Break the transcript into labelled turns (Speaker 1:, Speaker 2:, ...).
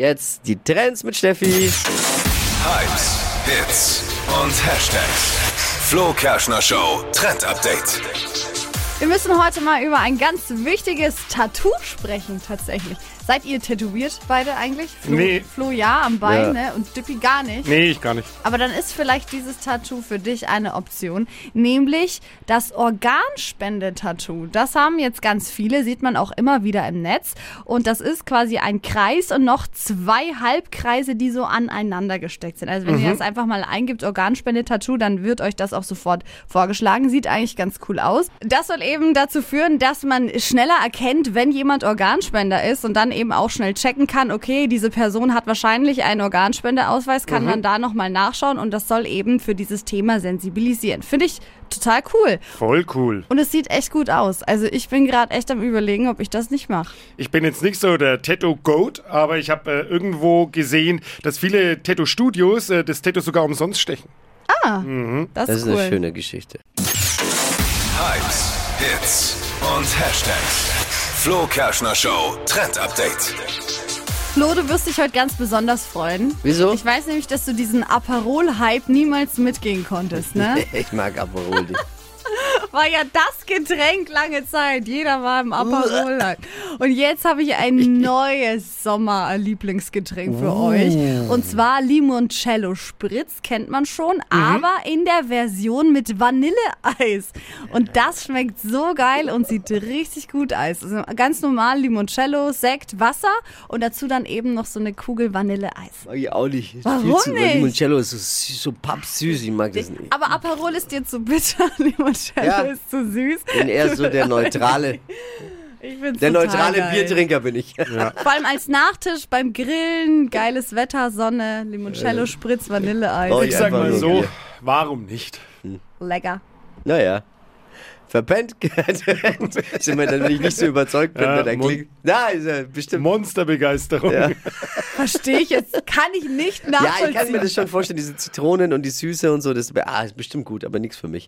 Speaker 1: Jetzt die Trends mit Steffi.
Speaker 2: Hypes, Hits und Hashtags. Flo Kerschner Show Trend Update.
Speaker 3: Wir müssen heute mal über ein ganz wichtiges Tattoo sprechen, tatsächlich. Seid ihr tätowiert beide eigentlich? Flo,
Speaker 4: Nee.
Speaker 3: Flo ja am Bein,
Speaker 1: Ja.
Speaker 3: ne? Und Dippy gar nicht.
Speaker 4: Nee, ich gar nicht.
Speaker 3: Aber dann ist vielleicht dieses Tattoo für dich eine Option, nämlich das Organspendetattoo. Das haben jetzt ganz viele, sieht man auch immer wieder im Netz. Und das ist quasi ein Kreis und noch zwei Halbkreise, die so aneinander gesteckt sind. Also wenn ihr das einfach mal eingibt, Organspendetattoo, dann wird euch das auch sofort vorgeschlagen. Sieht eigentlich ganz cool aus. Das soll eben dazu führen, dass man schneller erkennt, wenn jemand Organspender ist und dann eben auch schnell checken kann, okay, diese Person hat wahrscheinlich einen Organspendeausweis,
Speaker 1: Mhm.
Speaker 3: kann man da nochmal nachschauen und das soll eben für dieses Thema sensibilisieren. Finde ich total cool.
Speaker 4: Voll cool.
Speaker 3: Und es sieht echt gut aus. Also ich bin gerade echt am überlegen, ob ich das nicht mache.
Speaker 4: Ich bin jetzt nicht so der Tattoo-Goat, aber ich habe äh, irgendwo gesehen, dass viele Tattoo-Studios äh, das Tattoo sogar umsonst stechen.
Speaker 3: Das,
Speaker 1: Das ist
Speaker 3: ist cool.
Speaker 1: eine schöne Geschichte.
Speaker 2: Hypes, Hits und Hashtags. Flo Kerschner Show Trend Update.
Speaker 3: Flo, du wirst dich heute ganz besonders freuen.
Speaker 1: Wieso?
Speaker 3: Ich weiß nämlich, dass du diesen Aperol-Hype niemals mitgehen konntest, ne?
Speaker 1: Ich mag Aperol nicht.
Speaker 3: war ja das Getränk lange Zeit. Jeder war im Aperol. Und jetzt habe ich ein neues Sommer-Lieblingsgetränk für euch. Und zwar Limoncello Spritz, kennt man
Speaker 1: Mhm.
Speaker 3: schon, aber in der Version mit Vanilleeis. Und das schmeckt so geil und sieht richtig gut aus. Also ganz normal Limoncello, Sekt, Wasser und dazu dann eben noch so eine Kugel Vanilleeis.
Speaker 1: Mag ich auch nicht. Ist
Speaker 3: Warum
Speaker 1: viel zu,
Speaker 3: nicht?
Speaker 1: Limoncello ist so, sü- so pappsüß, ich mag das nicht.
Speaker 3: Aber Aperol ist dir zu bitter, Limoncello
Speaker 1: Ja.
Speaker 3: ist zu süß.
Speaker 1: Ich bin eher so der neutrale,
Speaker 3: Ich find's
Speaker 1: der
Speaker 3: total
Speaker 1: neutrale
Speaker 3: geil.
Speaker 1: Biertrinker bin ich.
Speaker 3: Vor allem als Nachtisch beim Grillen, geiles Wetter, Sonne, Limoncello, Spritz, Vanilleeis.
Speaker 1: Oh,
Speaker 4: Ich
Speaker 1: Ja,
Speaker 4: sag
Speaker 1: einfach
Speaker 4: mal
Speaker 1: nur
Speaker 4: so,
Speaker 1: Bier.
Speaker 4: warum nicht?
Speaker 3: Lecker.
Speaker 1: Naja. Verpennt sind wir dann, wenn ich nicht so überzeugt bin,
Speaker 4: Ja,
Speaker 1: dann
Speaker 4: Mund-
Speaker 1: klingt. Na, ist ja bestimmt.
Speaker 4: Monsterbegeisterung.
Speaker 1: Ja.
Speaker 3: Verstehe ich jetzt. Kann ich nicht
Speaker 1: ja,
Speaker 3: nachvollziehen.
Speaker 1: ich kann mir das schon vorstellen, diese Zitronen und die Süße und so, das ah, ist bestimmt gut, aber nichts für mich.